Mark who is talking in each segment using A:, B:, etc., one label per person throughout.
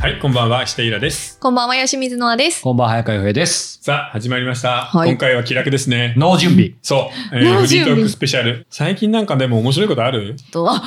A: はい、こんばんは、下平です。
B: こんばんは、吉水のあです。
C: こんばんは、早川洋平です。
A: さあ、始まりました。
B: はい
A: 今回は気楽ですね。
C: 脳準備。
A: そう、えー、
B: ノ
A: フリー
B: ー準
A: ト
B: 備
A: ークスペシャル。最近なんかでも面白いことある
B: とあ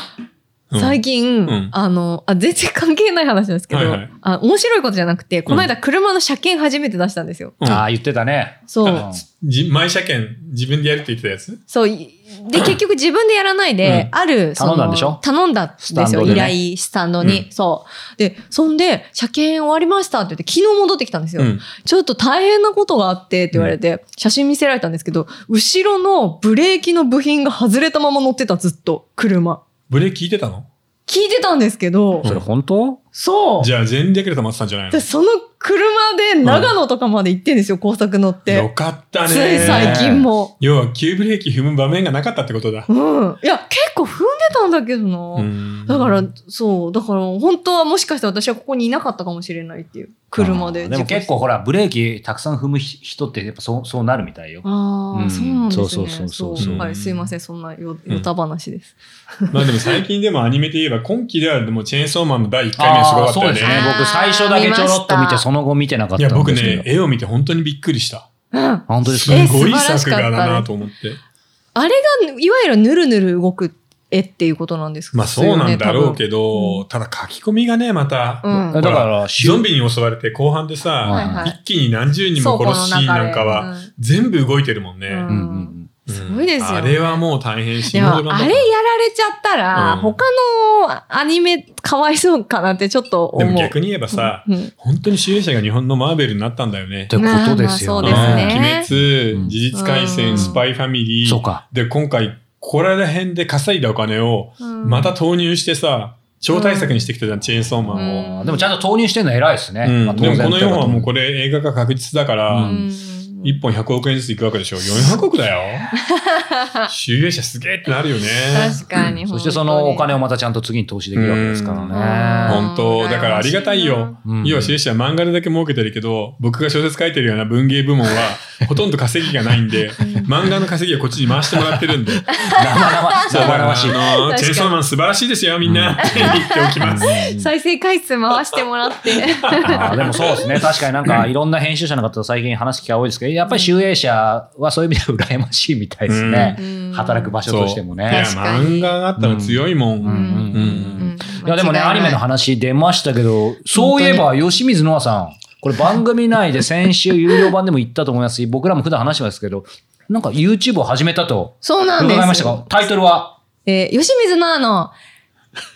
A: うん
B: 最近、
A: うん
B: あのあ、全然関係ない話なんですけど、
A: はいはい
B: あ面白いことじゃなくて、この間車の車検初めて出したんですよ。
A: うん
C: ああ、言ってたね。
B: そう
C: あ。
A: じ前車検、自分でやるって言ってたやつ
B: そう。いで、結局自分でやらないで、ある、その
C: 頼んだんでしょ
B: 頼んだんです
C: スタンド
B: よ。
C: でね
B: 依頼、スタンドに、
A: う
B: そう。で、そんで、車検終わりましたって言って、昨日戻ってきたんですよ。
A: うん。
B: ちょっと大変なことがあってって言われて、写真見せられたんですけど、後ろのブレーキの部品が外れたまま乗ってた、ずっと、車。
A: ブレーキ聞いてたの
B: 聞いてたんですけど、
C: それ本当
B: そう。
A: じゃあ、全力で止まってたんじゃない
B: でその車で長野とかまで行ってんですよ、高速乗っ
A: のよ
B: て。
A: かったね。
B: つい最近も。
A: 要は、急ブレーキ踏む場面がなかったってことだ。
B: うん。いや、結構踏んでたんだけどな。
A: うん
B: だから、そう、だから本当はもしかしたら私はここにいなかったかもしれないっていう。車で。
C: あーでも結。構ほら、ブレーキたくさん踏むひ人って、やっぱそう、そうなるみたいよ。
B: ああ、
C: うん
B: そうなんですね。
C: そうそうそうそう
A: そう
B: はい、すいません、そんなよ、よた話です。
A: まあでも最近でもアニメで言えば、今期ではでもチェーンソーマンの第1回目はすご
C: あ
A: か
C: あ、
A: った
C: そう
A: よ
C: ですね
A: ね。。
C: 僕、最初だけちょろっと
B: あー見
C: 見、
B: ましてた
C: その後見てなかっ
A: い
C: た
A: や、
C: ん
A: 僕
C: ですけ
A: ね
C: ど、。
A: 絵を見て本当にびっくりした。
B: うん。
C: あ本当です
A: す
C: か
B: え
A: ごい
B: 素晴らし
A: 作
B: かった
A: 画だなと思って。
B: あれが、いわゆるぬるぬる動く絵っていうことなんですか
A: まあそうなんだろう
B: ど。
A: けど、ただ書き込みがね、また、
B: うん。
C: だから、
A: ゾンビに襲われて後半でさ、
C: はい
B: はい
A: 一気に何十人も殺すシーンなんかは、
B: 倉庫の中で
A: 全部動いてるもんね。
B: うん
C: うんうん
A: うん
B: すごいですよね
A: あれはもう大変し
B: でもあれやられちゃったら、
A: うん
B: 他のアニメかわいそうかなってちょっと思
A: で
B: う。
A: も逆に言えばさ、
B: うん
A: 本当に主演者が日本のマーベルになったんだよね
C: っ。てことですよ
B: まあまあそうですね
C: ね。
A: うん鬼滅、
C: うん
A: 呪術廻戦、
B: うん
A: スパイファミリー。
C: そうか。
A: で、今回、ここら辺で稼いだお金を、
B: うん
A: また投入してさ、超大作にしてきたじゃん、チェーンソーマンを。
B: うん
C: あーでもちゃんと投入してるの偉いですね。
A: うん
C: まあ
A: でもこの4本はもうこ
C: れ。
A: れ映画化確実だから、
C: う
B: うん
A: 1本100億円ずついくわけでしょ400億だよ集英者すげえってなるよね
B: 確かに。
C: そしてそのお金をまたちゃんと次に投資できるわけですからね。
A: 本当だからありがたいよ。
C: うん
A: 要は集英者は漫画でだけ儲けてるけど僕が小説書いてるような文芸部門はほとんど稼ぎがないんで漫画の稼ぎをこっちに回してもらってるんで
C: 生々
A: だか
C: 生
A: ら
C: 々し
A: あ
C: い。
A: の
B: 確かに
A: チェーンソーマン素晴らしいですよみんなって言っておきます
C: うん
B: 再生回数回してもらっ て。
C: あーでもそうですね。確かになんかいろんな編集者の方と最近話す機会多いですけど、やっぱり集英社はそういう意味では羨ましいみたいですね。働く場所としても
A: いや
C: ね。
B: 確かに
A: 漫画があったら強いもん、
C: う
B: う
C: ん
B: ん
A: うん
C: いやでもね、アニメの。話出ましたけど、そういえば吉水ノアさん、これ番組内で先週有料版でも言ったと思いますし、僕らも普段話してますけど、なんか YouTube を始めたと
B: そうなん
C: 伺
B: です。
C: いましたかタイトルは
B: えー、吉水のあの、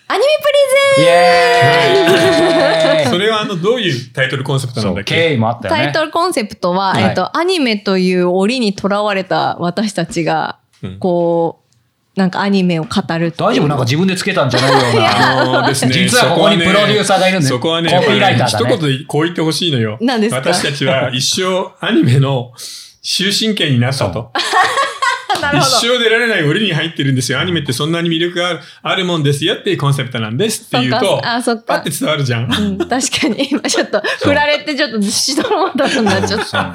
B: アニメ
C: イエー
A: そ
C: イ
A: れはあのどういうタイトルコンセプトな
C: そ
A: んだ
C: う、
A: っけ
C: 経緯もあっ
B: プレ
C: たよ
B: タ
C: ね。
B: イトルコンセプトは、
C: はい
B: えっ、と、アニメという檻にとらわれた私たちが、
A: うん
B: こう、なんかアニメを語るっていう
C: 大丈 夫なんか自分でつけたんじゃないような。
A: あのですね
C: 実はここにプロデューサーがいるんで
A: そこはね、
C: コピーライターだね
A: やっぱり一言こう言ってほしいのよ。
B: 何ですか
A: 私たちは一生アニメの終身権になったと。
B: なる
A: 一
B: ほど。
A: 生出られない檻に入ってるんですよ。アニメってそんなに魅力があるあるもんですよっていうコンセプトなんですっていう
B: そっ
A: と、
B: かあ そっ
A: パッ
B: か
A: て伝わるじゃん。
B: うん、確かに今ちょっと振られてちょっとしどろもどろになっちゃっ
C: そ
B: た。
C: う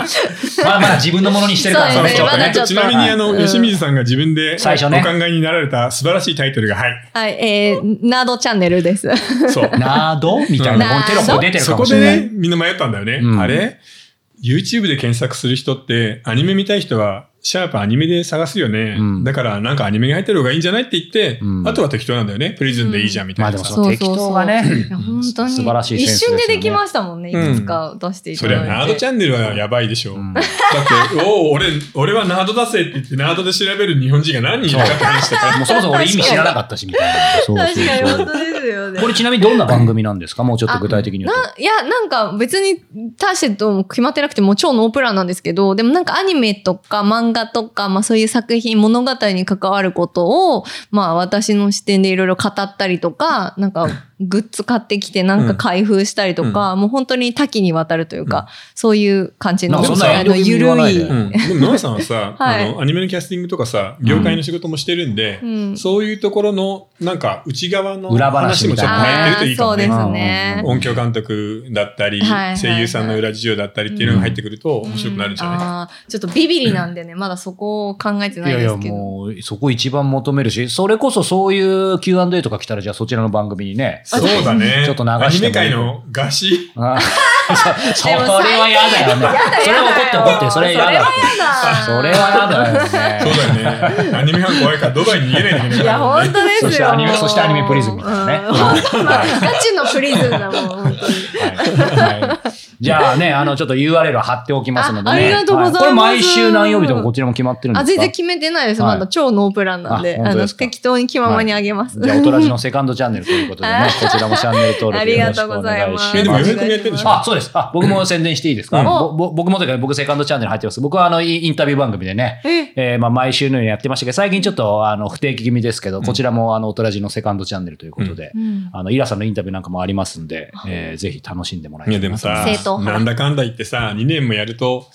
C: まあまだ自分のものにしてるか
B: そ
C: ら
B: う
A: そう
B: ですね
A: そう
B: まだちょっと
A: ちなみにあの、
B: うん
A: 吉水さんが自分で
C: 最初
A: お
C: ね
A: 考えになられた素晴らしいタイトルが、はい。
B: はい、えー、ナードチャンネルです。
A: そう。
C: なーどみたいな、
B: うん
C: このテロップ出てる
A: そ
C: か
A: こ
C: もし
A: で
C: れない。
A: ね、みんな迷ったんだよね。
C: うん
A: あれ ?YouTube で検索する人って、アニメ見たい人は、シャープアニメで探すよね。
C: うん
A: だから、なんかアニメが入ってる方がいいんじゃないって言って、
C: うん
A: あとは適当なんだよね。プリズンでいいじゃん、みた
C: まあ
A: い
C: で
A: な
C: も
A: さ。
C: その適当がね
B: い、や本当に
C: 素晴らしいセンスですよね
B: 一瞬でできましたもんね。いくつか出してい
A: そ
B: た
A: り
B: だいて。
A: ゃ、ナードチャンネルはやばいでしょ。
C: ん
A: だって、おお、俺、俺はナードだぜって言って、ナードで調べる日本人が何人いるかって話してた。
C: もうそもそも俺意味知らなかったし、みたいな。そうそう
B: 確かに
C: そ
B: 本
C: う
B: 当ですよね
C: こ。れちなみにどんな番組なんですかもうちょっと具体的に言うと。
B: ないや、なんか別に大してどうも決まってなくてもう超ノープランなんですけど、でもなんかアニメとか漫画とか、まあそういう作品、物語に関わることを、まあ私の視点でいろいろ語ったりとか、なんかグッズ買ってきてなんか開封したりとか、もう本当に多岐にわたるというか、そういう感じの、
C: なん
A: そ
C: か
A: んな
B: あの、
C: 遠慮気味
B: ゆ
C: 言わ
B: る
C: ない
B: い。
C: で
B: う
A: うんん、でも、ノアさんはさ、
B: はい
A: あの、アニメのキャスティングとかさ、業界の仕事もしてるんで、
B: うん
A: そういうところの、なんか、内側の
C: 裏
A: 話
C: 話
A: も
C: み
A: ちょっと
C: たいな
A: 入っ
B: あ
A: てるとい
B: ー
A: いか
B: そ
A: も
B: う
A: ね
B: で。すね。
A: 音響監督だったり、
B: はいはいはい
A: 声優さんの裏事情だったりっていうのが入ってくると面白くなるんじゃない、
B: あーちょっとビビリなんでね、まだそこを考えて
C: い
B: ない
C: やい
B: で
C: や、
B: すけ ど。
C: もう、そこ一番求めるし、それこそそういう Q&A とか来たら、じゃあそちらの番組にね、
A: そうだね。
C: ちょっと流
A: アニ
C: し
A: メ
C: てもいい
A: 界の合詞
C: あーそそれは嫌だよね
B: やだ。
C: それは怒って怒って、それは嫌だよ。そ
B: そ
C: れ
B: れ
C: は
B: は
C: 嫌だよね。
A: そうだよね。アニメ班怖いからドバイに逃げないといけ
B: 嫌だ。
A: ない
B: い
A: から
B: や、本当ですよ。
C: そしてアニメそしてアニメプリズムみたいなね
B: うん本当だガチのプリズムだもん、本当に。
C: はいはいじゃあね、あの、ちょっと URL を貼っておきますのでね。
B: あありがとうございます
C: はこれ毎週何曜日とかこちらも決まってるんで
B: あ、
C: すか
B: 全然決めてないです。
C: はい
B: まだ超ノープランなんで、
C: あ本
B: あ
C: 当で
B: の、
C: すか
B: 適当に気ままにあげます。
C: じゃあ、大人じのセカンドチャンネルということで ね、こちらもチャンネル登録
B: あり
C: よ
B: が
C: ろし
B: と
C: く
B: う
C: お
B: ござ
C: 願
B: い
C: い
B: ま
C: し
B: す。
A: え
C: ま
A: でも予
C: す。
A: 約もやってるでしょ
C: あ、そうです。あ、僕も宣伝していいですか、
A: うん
C: ぼぼ僕もというか、僕セカンドチャンネル入ってます。僕はあの、イインタビュー番組でね、
B: え
C: えーまあ、毎週のようにやってましたけど、最近ちょっと、あの、不定期気味ですけど、こちらもあの、大人じのセカンドチャンネルということで、
B: うん
C: あの、イラさんのインタビューなんかもありますんで、えーぜひ楽しんでもらい
A: い
C: た
A: や
C: い
A: でも
C: なと
A: さ
B: 正統、派
A: なんだかんだ言ってさ、2年もやると、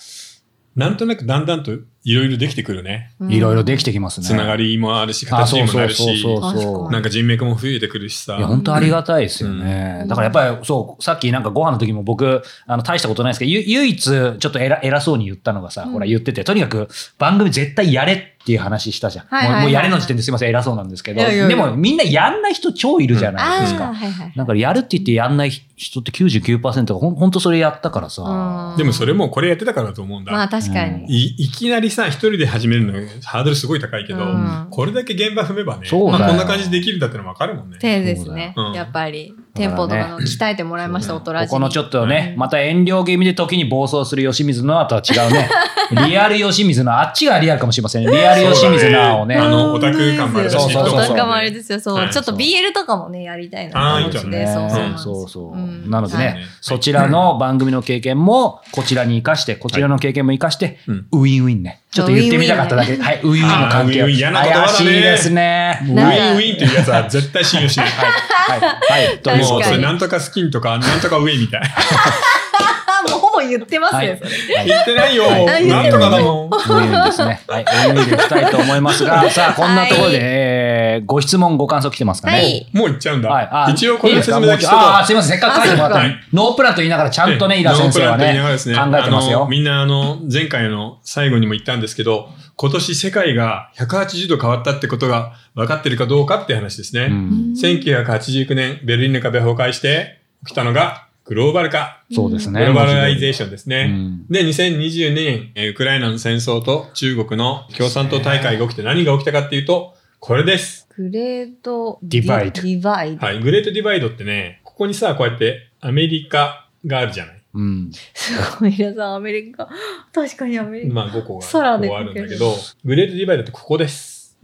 A: なんとなくだんだんといろいろできてくるね。
B: うん
C: いろいろできてきますね。
A: つながりもあるし、
C: あ
A: 形
C: そ
A: に
C: う
A: も
C: そ
A: な
C: う
A: るし
C: そ
B: 形に
C: う、そう
B: もなるし
A: なんか人脈も増えてくるしさ
C: いや、。本当ありがたいですよね。
B: うん
C: だからやっぱり、そう、さっきなんかご飯の時も僕、あの、大したことないですけど、ゆ唯一、ちょっと偉偉そうに言ったのがさ、
B: うん
C: ほら言ってて、とにかく番組絶対やれっていう話したじゃん。
B: はいはいはい
C: もうもうやれの時点ですいません、偉そうなんですけど、
B: いやいやいや
C: でもみんなやんない人超いるじゃないです
B: ああ、
C: か。
B: はいはい。
C: なんかやるって言ってやんない人って99%がほんほんとそれやったからさ。
B: うん
A: でもそれもこれやってたからだと思うんだ。
B: まあ確かに。
A: いいきなりさ、一人で始めるのハードルすごい高いけど、
B: うん
A: これだけ現場踏めばね、
C: そうだよ
A: まあこんな感じでできるんだってのわかるもんね。
B: 手ですね
A: そうだよう。ん
B: やっぱり、テンポとかの鍛えてもらいました、
A: うん
B: 大人じに。
C: ここのちょっとね、
B: うん
C: また遠慮気味で時に暴走する吉水のあとは違うね。 リアル吉水のあっちがリアルかもしれません。リアル吉水のあをね。
A: あのオタク感もあるし
C: そうそうそう
B: オタク感もあれですよ。そ
A: は
B: う。
A: い
B: ちょっと BL とかもね、やりたいな。
A: あーいいじゃんね
B: そうそう
A: うん
C: そうそう。
B: うん
C: なので
A: は
C: ね
A: い、
C: そちらの番組の経験もこちらに生かして、こちらの経験も生かして、
A: うん
C: ウィンウィンね。ちょっと言ってみたかっただけ。はい、ウィンウィンの関係。
A: あーウィンウィン嫌な言葉だね
C: 怪しいですね。
A: ウィ
B: なんか
A: ンウィンっていうやつは絶対信用しない。
C: はい、はい、という
A: も
C: こ
A: う
C: と
A: そ
C: で
A: れなんとかスキン とかなんとかウェイみたい。
B: あーもうほぼ言ってます
C: はい
B: ね、それ。
A: 言ってないよ。
C: はい
A: なんとかだもん。
C: ウィンウィンですね。はい、ウィンウィンでいきたいと思いま すが、さあ、こんなところで、
B: はい
C: えーご質問、ご感想来てますかね。
B: はい
A: もう行っちゃうん
C: はい
A: だ
C: あ。
A: 一応これの説明だけしと
C: いいですか
A: こ
C: も
A: う
C: うああ、すいません。せっかく書いてもらったのに
A: はい
C: ノープランと言いながら、ちゃんとね、イラ先生はね、
A: ノープランと言いながらですね
C: 考えてます
A: あ
C: よ
A: の。みんなあの、前回の最後にも言ったんですけど、今年世界が180度変わったってことが分かってるかどうかって話ですね。
C: うん
A: 1989年、ベルリンの壁崩壊して起きたのがグローバル化。
C: そうです
A: グ
C: ね。
A: ローバライゼーションですね。
C: うん
A: で、2022年、えーウクライナの戦争と中国の共産党大会が起きて何が起きたかっていうと、これです。
B: グレート
C: ディバイド
B: ディバイド。
A: はい。グレートディバイドってね、ここにさ、こうやってアメリカがあるじゃない。
C: うん。
B: すごい、皆さん、アメリカ。確かにアメリカ。
A: まあ5個が
B: 空で
A: こうあるんだけど、グレートディバイドってここです。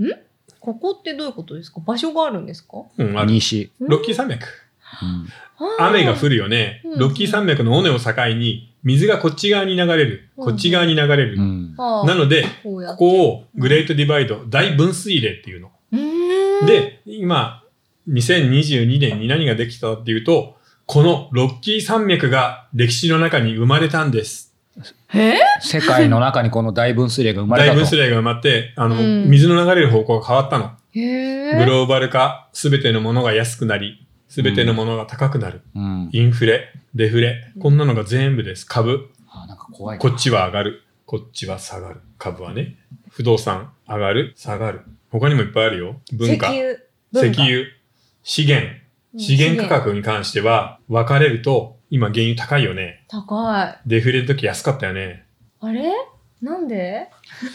B: ここってどういうことですか場所があるんですか
A: うん、ある。
C: 西。
A: ロッキー山脈。
C: うん
A: 雨が降
B: る。
A: るよね
B: う。ん
A: ロッキー山脈の尾根を境に、水がこっち側に流れる。
B: うん
A: こっち側に流れる。
C: うん
B: あー
A: なので、
B: こうや
A: こ
B: って
A: こをグレートディバイド、大分水嶺っていうの。
B: うーん、
A: で、今、2022年に何ができたっていうと、このロッキー山脈が歴史の中に生まれたんです。
B: え
C: 世界の中にこの大分水嶺が生まれ
A: 大
C: たと
A: 分。水嶺が埋まって、あの、
B: うん
A: 水の流れる方向が変わったの。
B: ー、え
A: グローバル化、すべてのものが安くなり、すべてのものが高くなる。
C: うん。
A: インフレ、デフレ、こんなのが全部です。株、
C: あなんか怖いな。
A: こっちは上がる、こっちは下がる。株はね、不動産、上がる、下がる。他にもいっぱいあるよ。文化、
B: 石
A: 石
B: 油。
A: 油
B: 文化、
A: 資源。
B: うん
A: 資源価格に関しては、分かれると、今原油高いよね。
B: 高い。
A: デフレの時安かったよね。
B: あれなんで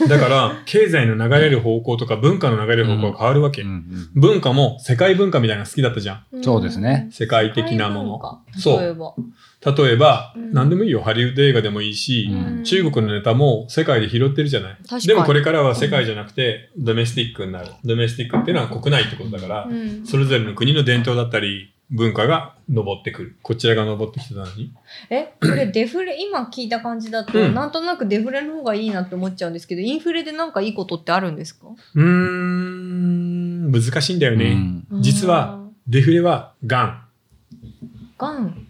A: だ から、経済の流れる方向とか文化の流れる方向が変わるわけ。
C: うんうん
A: 文化も世界文化みたいなの好きだったじゃん。
C: そうですね
A: 世界的なもの。
B: の
A: そう
B: 例えば。
A: 例えば、
B: うん
A: 何でもいいよ。ハリウッド映画でもいいし、
C: うん
A: 中国のネタも世界で拾ってるじゃない。
B: かに
A: でもこれからは世界じゃなくて、ドメスティックになる。ドメスティックっていうのは国内ってことだから、
B: うん
A: それぞれの国の伝統だったり、文化が登ってくる。こちらが登ってきてたのに。
B: え、これデフレ、今聞いた感じだと、
A: うん
B: なんとなくデフレの方がいいなって思っちゃうんですけど、インフレでなんかいいことってあるんですか
A: うーん、難しいんだよね。
C: うん
A: 実は、デフレはがん。
B: ガン。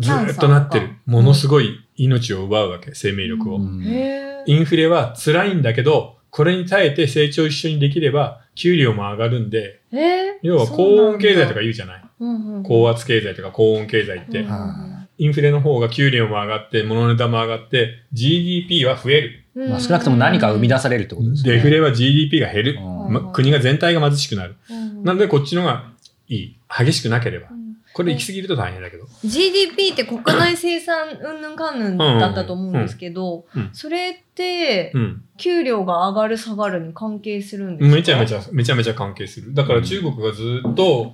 A: ずーっとなって
B: が
A: る
B: ん。
A: ものすごい命を奪うわけ、生命力を。
C: うん
B: へえ。
A: インフレは辛いんだけど、これに耐えて成長一緒にできれば、給料も上がるんで、
B: えー
A: 要は高温経済とか、言うじゃない
B: そうなんだうんうん、
A: 高圧経済とか高温経済って、
B: うん
A: インフレの方が給料も上がって、物の値段も上がって、GDP は増える。
B: うん
C: まあ少なくとも何か生み出されるってことですね。
A: デフレは GDP が減る
C: う。ん
A: ま国が全体が貧しくなる。
B: うん
A: なので、こっちの方がいい。激しくなければ
B: う。ん
A: これ行き過ぎると大変だけど。
B: GDP って国内生産うんぬんかんぬんだったと思うんですけど、
A: うんうん
B: それって
A: うん。
B: 給料が上がる下がるに関係するんですか
A: めちゃめちゃ、めちゃめちゃ関係する。だから中国がずっと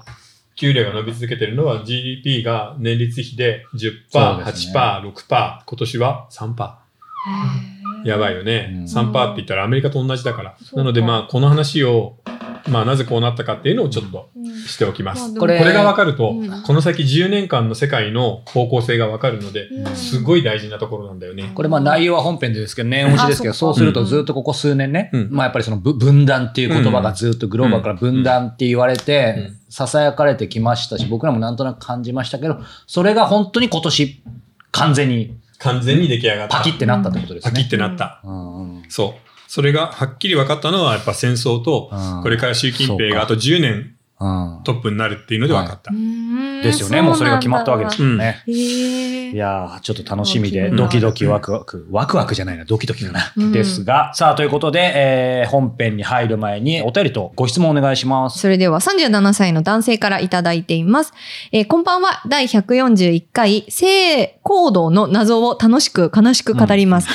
A: 給料が伸び続けてるのは GDP が年率比で10%、
C: そうですね
A: 8%、6%、今年は3%。
B: へー
A: やばいよね。
C: うん
A: 3%って言ったらアメリカと同じだから。
B: そうか
A: なのでまあこの話を、まあなぜこうなったかっていうのをちょっと
B: うん
A: しておきま
B: まあ
A: す。
B: でも
C: これ
A: これがわかると、
B: うん
A: この先10年間の世界の方向性がわかるので、
B: うん
A: すごい大事なところなんだよね。
C: これまあ内容は本編ですけど、念押しですけど、
B: あそ
C: そ
B: っ
C: う
B: か
C: するとずっとここ数年ね、
A: うん
C: まあやっぱりそのぶ分断っていう言葉がずっとグローバルから分断って言われ
A: うんう
C: て
A: ん、
C: 囁かれてきましたし、僕らもなんとなく感じましたけど、それが本当に今年完全に
A: 完全に出来上がった。
C: パキってなったってことです
A: パキっ
C: ね。
A: てなった。
C: うんうん
A: そう。それがはっきり分かったのはやっぱ戦争と、これから習近平があと10年
C: うん
A: トップになるっていうので分かった。
B: うん
C: ですよね。もうそれが決まったわけです
A: う
C: よ
A: ん
C: ね。
B: へ
C: い
B: え。
C: やー、ちょっと楽しみで、
B: うん
C: ドキドキワクワク、ワクワクじゃないな、ドキドキかな。
B: うん
C: ですが、さあ、ということで、えー本編に入る前に、お便りとご質問お願いします。
B: それでは37歳の男性からいただいています。えーこんばんは。第141回、性行動の謎を楽しく悲しく語ります。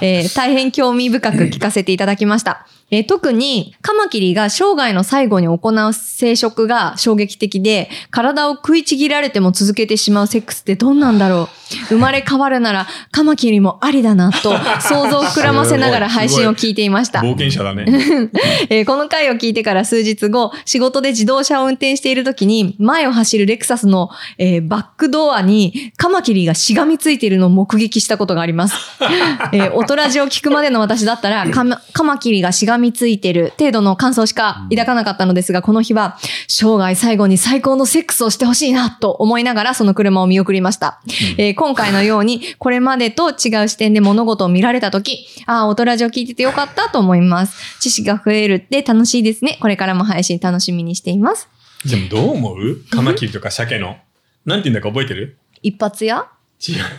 B: えー大変興味深く聞かせていただきました。えー特に、カマキリが生涯の最後に行う生殖が衝撃的で、体を食いちぎられても続けてしまうセックスってどんなんだろう生まれ変わるなら、カマキリもありだなと、想像を膨らませながら配信を聞いていました。
A: 冒険者だね。
B: えーこの回を聞いてから数日後、仕事で自動車を運転している時に、前を走るレクサスの、えーバックドアにカマキリがしがみついているのを目撃したことがあります。 えー、音ラジを聞くまでの私だったら、カマカマキリがしがみついてる程度の感想しか抱かなかったのですが、この日は、生涯最後に最高のセックスをしてほしいなと思いながらその車を見送りました。えー今回のように、これまでと違う視点で物事を見られたとき、ああ、音ラジオ聞いててよかったと思います。知識が増えるって楽しいですね。これからも配信楽しみにしています。
A: でもどう思うカマキリとか鮭の。なんて言うんだか覚えてる
B: 一発や
A: 違う。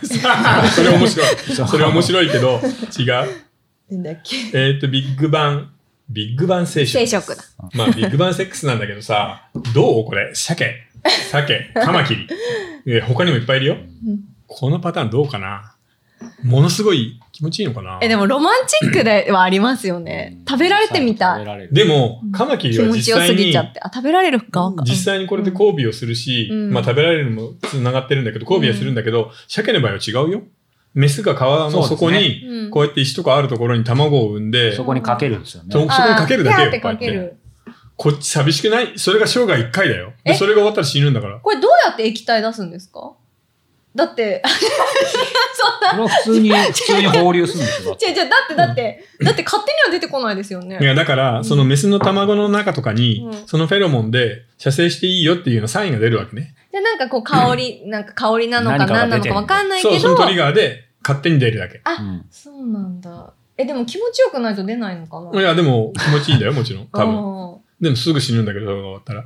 A: それ面白い。 それ面白いけど、違う。
B: なんだっけ
A: えーっと、ビッグバン、ビッグバン聖職
B: 生
A: です。
B: 殖だ。
A: まあ、ビッグバンセックスなんだけどさ、どうこれ、鮭、鮭、カマキリ。えー他にもいっぱいいるよ。このパターンどうかなものすごい気持ちいいのかな
B: え、でもロマンチックではありますよね。食べられてみたい。
C: い
A: でも
B: うん、
A: カマキリ
B: 気
A: は
B: 持
A: 実
B: ちよす
A: 際
B: ぎ
A: に
B: ちゃ、って。あ、食べられるか。
A: 実際にこれで交尾をするし、
B: うん
A: まあ食べられるのもつながってるんだけど、交尾はするんだけど、鮭の場合は違うよ。メスが川の底に、
B: うん、
A: こうやって石とかあるところに卵を産んで、
C: そこにかけるんですよね。
A: そうそこにかけるだけよ
B: あーピャーってかけ
A: こうや
B: る。
A: こっち寂しくないそれが生涯1回だよ。で
B: え
A: それが終わったら死ぬんだから。
B: これどうやって液体出すんですかだって、
C: それは普通に、普通に放流するんですよ。
B: 違う違う、だってだって、だって勝手には出てこないですよね。
A: いや、だから、そのメスの卵の中とかに、
B: うん
A: そのフェロモンで射精していいよっていうのサインが出るわけね。
B: で、なんかこう香り、なんか香りなのか
C: 何かが
B: 何なの
C: 出てる
B: かわかんないけ
A: そう、
B: ど、
A: そのトリガーで勝手に出るだけ。
C: うん
B: そうなんだ。え、でも気持ちよくないと出ないのかない
A: や、でも気持ちいいんだよ、もちろん。多分。
B: 分。
A: でもすぐ死ぬんだけど、それが終わったら。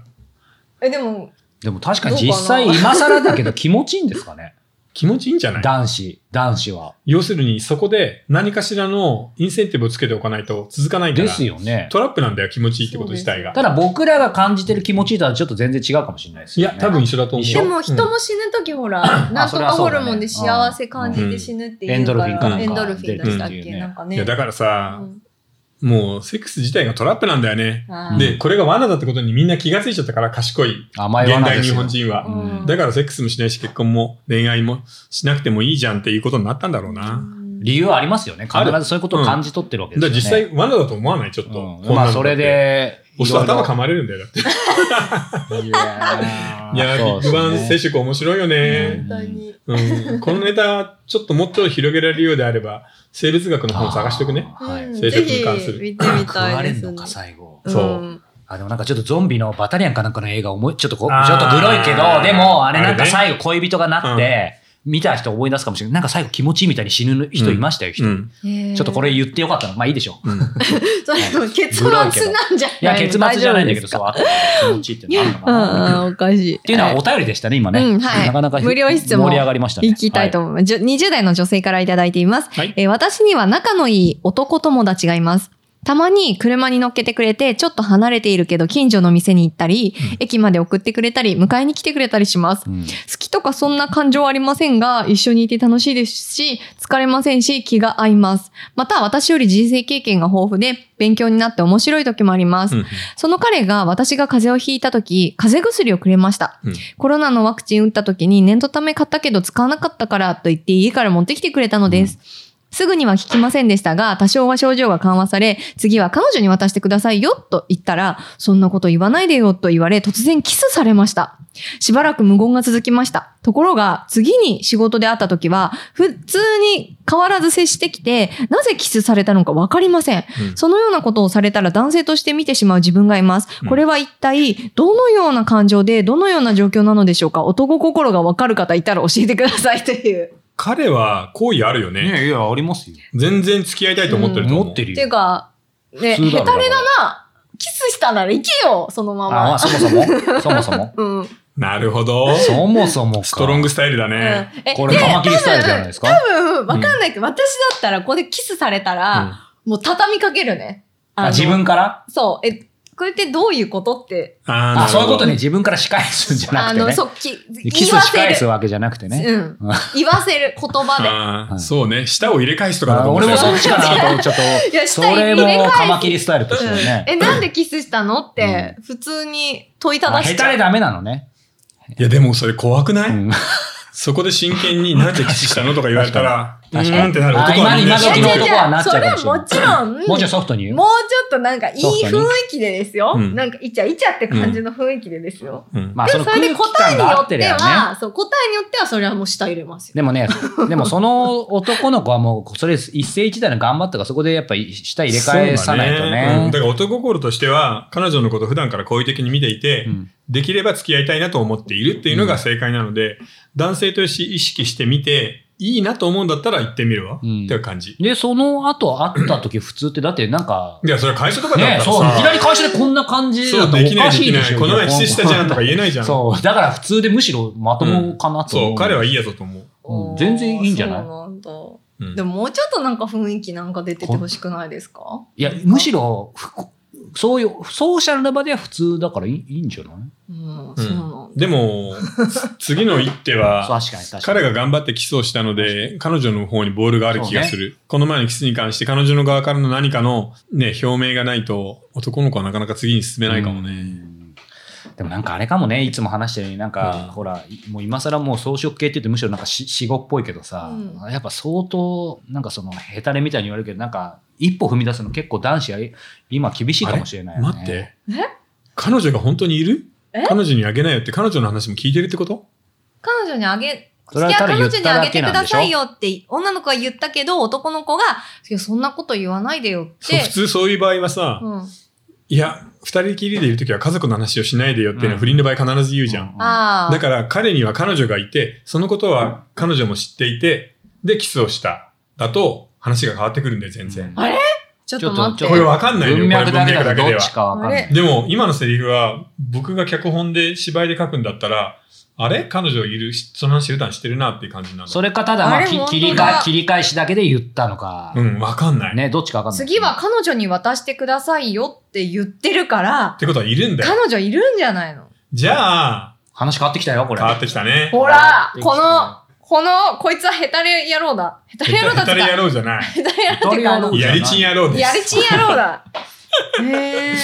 B: え、でも、
C: でも確かに実際、今更だけど気持ちいいんですか ね。
A: 気持ちいいんじゃない
C: 男子、男子は。
A: 要するに、そこで何かしらのインセンティブをつけておかないと続かないから。
C: ですよね。
A: トラップなんだよ、気持ちいいってこと自体が
C: た。だ僕らが感じてる気持ちいいとはちょっと全然違うかもしれないです
A: い
C: よね。
A: や、多分一緒だと思う。
C: 一
B: で
C: 緒
B: も人も死ぬときほら、なんとかホルモンで
C: それはそうだね
B: 幸せ感じて死ぬっていう
C: うんエンドルフィンかなんか
B: エンドルフィンでしたっ
C: 出るって
B: け
C: いうね
B: なんか
A: うん
B: ね。
A: いや、だからさ
B: う、ん
A: もうセックス自体がトラップなんだよね。
B: あー
A: で、これが罠だってことにみんな気がついちゃったから、賢い
C: 甘い
A: 現
C: 罠
A: 代
C: です
A: 日
C: よ
A: 本人は。
C: うん
A: だからセックスもしないし結婚も恋愛もしなくてもいいじゃんっていうことになったんだろうな。
C: 理由はありますよね。必ずそういうことを感じ取ってるわけ
A: だ
C: です
A: か
C: よ
A: ら
C: ね。
A: 実際罠だと思わないちょっと。
C: う
A: こ
C: ん、
A: んな
C: ま
A: の
C: あそれ。で、
A: 押すと頭噛まれるんだよ。だって。いや
C: いや
A: ー、ビッグバン接種面白いよね。
B: 本当に。
A: うん。このネタ、ちょっともっと広げられるようであれば、生物学の本を探しておくね。
C: はい。
B: うん
A: 生
B: ぜ
A: 殖に関す
B: ひ
A: る
B: 見てみ
C: 食
B: た
C: わ
B: い
C: れ
B: で
C: ん
B: すね
C: の。か、最後。
A: そうん
C: あ、でもなんかちょっとゾンビのバタリアンかなんかの映画思い、ちょっとこう、
A: あー
C: ちょっとグロいけど、でもあれなん
A: あれ
C: か
A: ね
C: 最後恋人がなって、見た人思い出すかもしれない。なんか最後気持ちいいみたいに死ぬ人いましたよ、人。
A: うん。
B: へー
C: ちょっとこれ言ってよかったの。まあいいでしょう。
A: うん
B: それでも結末なんじゃない
C: いや、結末じゃないんだけど、
B: 大丈
C: そう、後で気持ちいいってなるのか
B: 夫です
C: な。
B: かうんうん、おかしい。っ
C: っていうのはお便りでしたね、今ね。
B: うんはい
C: なかなか
B: 無料質問
C: 盛り上がりましたね。
B: 行きたいと思います。じゅ20代の女性からいただいています。
A: はい
B: えー私には仲のいい男友達がいます。たまに車に乗っけてくれて、ちょっと離れているけど近所の店に行ったり、駅まで送ってくれたり、迎えに来てくれたりします。
C: うん
B: 好きとかそんな感情はありませんが、一緒にいて楽しいですし、疲れませんし、気が合います。また、私より人生経験が豊富で、勉強になって面白い時もあります。
A: うん
B: その彼が私が風邪をひいた時、風邪薬をくれました。
A: うん
B: コロナのワクチン打った時に念のため買ったけど使わなかったからと言って家から持ってきてくれたのです。すぐには聞きませんでしたが、多少は症状が緩和され、次は彼女に渡してくださいよと言ったら、そんなこと言わないでよと言われ、突然キスされました。しばらく無言が続きました。ところが、次に仕事で会った時は、普通に変わらず接してきて、なぜキスされたのかわかりません。
A: うん
B: そのようなことをされたら男性として見てしまう自分がいます。これは一体、どのような感情で、どのような状況なのでしょうか男心がわかる方いたら教えてくださいという。
A: 彼は好意あるよ
C: いや
A: ね。
C: いや、ありますよ。
A: 全然付き合いたいと思ってると思う。
C: 持ってる
B: っていう
C: よ。
B: か、ね、
C: 普
B: ヘ
C: 通だ
B: タ
C: ろ
B: レだな。キスしたなら行けよ、そのま
C: あ、ま
B: ま
C: あ、。そもそも そもそも
B: うん。うん
A: なるほど。
C: そもそもか。
A: ストロングスタイルだね。
B: え
C: これ、
B: で
C: 玉切りスタイルじゃないですか。
B: 多分、わかんないけど、私だったら、ここでキスされたら、もう畳みかけるね。あ
C: あ
B: の
C: 自分から
B: そう。え、これってどういうことって、
A: あー
C: あ、そういうことね。
A: ね。
C: 自分から仕返すんじゃな
B: あ
C: くて
B: の、
C: ね。
B: そう、き、
C: キス
B: 言わ
C: 仕
B: せ
C: 返す
B: る。
C: わけじゃなくてね。
B: うん。言わせる、言葉で。
A: あー
C: うん
A: そうね。舌を入れ返すとかだ
C: あ
A: と思
C: 俺
A: って
C: も
A: た
C: そっちかなと、ちょっ
B: いや
C: と。そ
B: 下に
C: れ
B: 入れ替え
C: も
B: て
C: カマキリスタイルとしてはね。
B: え、なんでキスしたのって、普通に問いただ
C: 下
B: しち
C: 手
B: ゃ
C: で
B: う。
C: ダメなのね。
A: いや、でもそれ怖くない、
C: うん
A: そこで真剣になぜキスしたのとか言われたら、う
C: 確かに
A: ーんってなる男はみんな
C: あ今
A: 知
C: 今
A: ってる
C: 時の
A: け
B: い
A: ど
B: やいやい
C: 男
B: や
C: はなっちゃうかもしれない
B: それはもちろん、
C: もうちょいソフトに言う
B: もうちょっとなんかいい
C: そう
B: 雰
C: そうね
B: 囲気でですよ。
A: うん
B: なんかイチャイチャって感じの雰囲気でですよ。
A: うん
C: まあ、
B: で
C: そ
B: も
C: の
B: それ
C: 空
B: で
C: 気
B: 答え
C: 感
B: に
C: が合
B: よっ
C: っ
B: てて
C: りゃね。
B: は、そう、答えによってはそれはもう下入れますよ。
C: でもね、でもその男の子はもう、それ一世一代の頑張ったから、そこでやっぱり下入れ替えさないと
A: そうだうん
C: ね
A: だ。から男心としては、彼女のことを普段から好意的に見ていて、
C: うん
A: できれば付き合いたいなと思っているっていうのが正解なので、男性として意識してみて、いいなと思うんだったら行ってみるわ。
C: うん
A: っていう感じ。
C: で、その後会った時普通って、だってなんか、
A: いや、それは会社とかだったら
C: ね
A: さ、
C: そう、いきなり会社でこんな感じ
A: そ
C: だ
A: う
C: と
A: でき
C: お
A: ない
C: か
A: で
C: し
A: き
C: いで
A: な
C: し
A: い。
C: ょ。
A: この前キスしたじゃんとか言えないじゃん。そ
C: そう、だから普通でむしろまともかな
A: う。
C: と思う。
A: 彼はいいやつだと思う。
C: うん全然いいんじゃない
B: そうなんだ。
A: うん
B: でももうちょっとなんか雰囲気なんか出ててほしくないですか
C: いや、むしろ、ふそういう、ソーシャルな場では普通だからいいいいんじゃない
B: うん、
A: う
B: そうなん
A: ん
B: だ。
A: でも、 つ次の一手
C: そう
A: は、
C: 確かに確かに。
A: 彼が頑張ってキスをしたので、彼女の方にボールがある気がする。この前のキスに関して、彼女の側からの何かの、ね、表明がないと、男の子はなかなか次に進めないかもね。
C: うんでもなんかあれかもね、いつも話してるように、なんか、
A: うん
C: ほら、いもう今更もう装飾系って言ってむしろなんかし死後っぽいけどさ、
B: う
C: やっぱ相当、なんかその、ヘタレみたいに言われるけど、なんか、一歩踏み出すの結構男子は今厳しいかもしれないよね。
A: 待って。彼女が本当にいる
B: え
A: 彼女にあげないよって彼女の話も聞いてるってこと
B: 彼女にあげ、
C: それはただ
B: 彼
C: 言っ
B: 女に
C: た
B: あ
C: だ
B: げ
C: け
B: て
C: な
B: く
C: ん
B: だ
C: でしょ
B: さいよって、女の子が言ったけど、男の子が、いや、そんなこと言わないでよっ
A: そう
B: て
A: 普。通そういう場合はさ、
B: うん、
A: いや、二人きりでいるときは家族の話をしないでよっていうの
C: う
A: は
C: ん
A: 不倫の場合必ず言うじゃん。
B: ああ。
A: だから彼には彼女がいて、そのことは彼女も知っていて、で、キスをした。だと話が変わってくるんだよ、全然。
C: うん
B: あれちょっと待って。
A: これわかんないよ
C: 文脈だけだ
A: これ文脈だけで
C: とどっ
A: は
C: ちかわかんな
B: あ
C: い。
A: でも、今のセリフは、僕が脚本で芝居で書くんだったら、あれ彼女いる、その話普段してるなっていう感じになる。
C: それかただ、
B: あ
C: まあ、
B: れ
C: き
B: 本当
C: 切り
B: だ
C: か切り返しだけで言ったのか。
A: うん、わかんない。
C: ね、どっちかわかんない。
B: 次は彼女に渡してくださいよって言ってるから
A: っ、てことはいるんだよ。
B: 彼女いるんじゃないの
A: じゃあ、
C: 話変わってきたよ、これ。
A: 変わってきたね。
B: ほら
C: できた
B: この、この、こいつはヘタレ野郎だ。ヘタレ野郎だ
A: ヘ
B: っ
A: タ
B: てか。
A: レ野郎じゃない。
B: ヘタレ野郎ってかあの
C: ヘタレ野郎
A: やりちん野郎です。
B: やりちん野郎だ。へえ。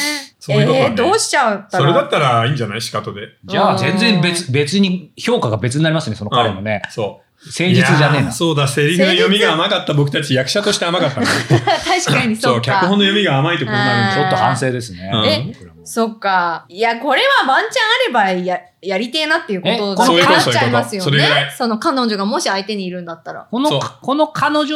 A: そういうことだね
B: えーどうしちゃった
A: そ
B: ら
A: れだったらいいんじゃない仕方で。
C: じゃあ、全然
B: う
C: 別、別に、評価が別になりますね、その彼のね。
A: そ
C: 誠
A: う。
C: 実じゃ
A: いや
C: ねえ
A: ー
C: な。
A: そうだ、セリフの読みが甘かった僕たち役者として甘かった ね。
B: 確かに
A: そ、
B: そうっ
A: 脚本
B: か。
A: の読みが甘いところになるん
C: ち
A: で
C: ょっと反省ですね。
A: うん
B: え
C: 僕らも
B: そっか。いや、これはワンチャンあればややりてえなっていうこ
C: え
B: と
C: この
B: になっちゃいます
A: そ
B: よ
A: ういうことそういうことそれぐら
B: ね
A: い。
B: その彼女がもし相手にいるんだったら。
C: この
A: そう、
C: この彼女、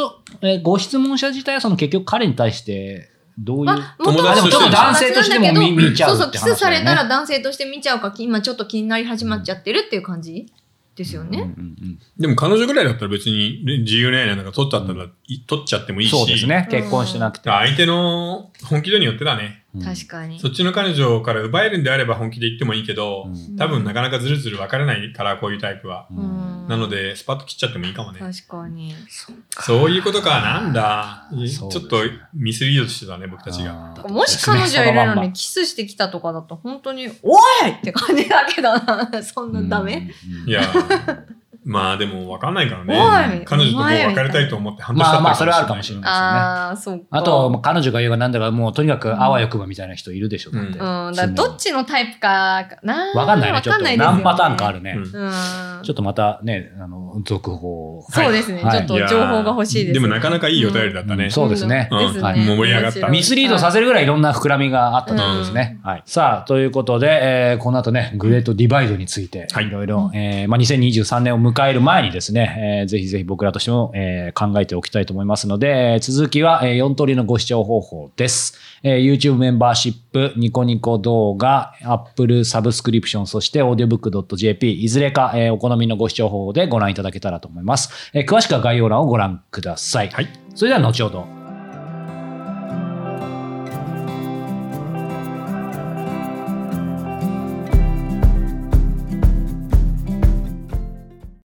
C: えーご質問者自体はその結局彼に対して、どういう。
B: まあ、もとも
A: 友達として
B: と
A: も
C: 男性としても見見ちゃう
B: そう
C: って
B: そう、キスされた
C: 話だ
B: ら男性として見ちゃうか、今ちょっと気になり始まっちゃってるっていう感じですよ
C: うん
B: ね。
C: うん
A: でも彼女ぐらいだったら別に自由恋愛なんか取っちゃったら、い取っちゃっても
C: う
A: い
C: ん
A: いし。
C: そうですね。結婚してなくて。
A: 相手の本気度によってだね。
B: 確かに。
A: そっちの彼女から奪えるんであれば本気で言ってもいいけど、
C: うん
A: 多分なかなかずるずる分からないから、こういうタイプは。
C: うん
A: なので、スパッと切っちゃってもいいかもね。
B: 確かに。
A: そういうことか、なんだ。
C: そう
A: え
C: です
A: ちょ
C: ね
A: っとミスリードしてたね、僕たちが。
C: あー
B: もし彼女いる のにキスしてきたとかだと本当に、おいって感じだけどな。そんなダメ、
C: うん
A: いや、まあでも分かんないから
B: おい
A: ね。彼女ともう別れたいと思って半年経った
C: まあまあ、それはあるかも
A: な
C: し
A: い
C: れない
B: ああ、そうか。
C: ですよね。あと、まあ彼女が言うがなんだか、もうとにかくあわよくばみたいな人いるでしょ、だって。
A: うん
B: うん、だからどっちのタイプかな。
C: わかんないね、ちょっと。何パターンかあ
B: る。
C: るね。
A: うん
B: うん。
C: ちょっとまたね、あの、続報を。
B: そうですね、
C: はい
B: ちょっと情報が欲しいです。
A: でもなかなかいいお便りだったね。
C: そうですね
B: うんですね
C: はい
A: もう盛り上がった
C: ミスリードさせるぐらいいろんな膨らみがあったということですね。はい。さあ、ということで、えーこの後ね、グレートディバイドについて、
A: はい
C: いろいろ、えーまあ、2023年を迎える前にですね、えーぜひぜひ僕らとしても、えー考えておきたいと思いますので、えー続きは、え4通りのご視聴方法です。えー YouTube メンバーシップ、ニコニコ動画、Apple サブスクリプション、そして audiobook.jp、いずれか、えーお好みのご視聴方法でご覧いただけたらと思います。えー詳しくは概要欄をご覧ください。
A: はい。
C: それでは後ほど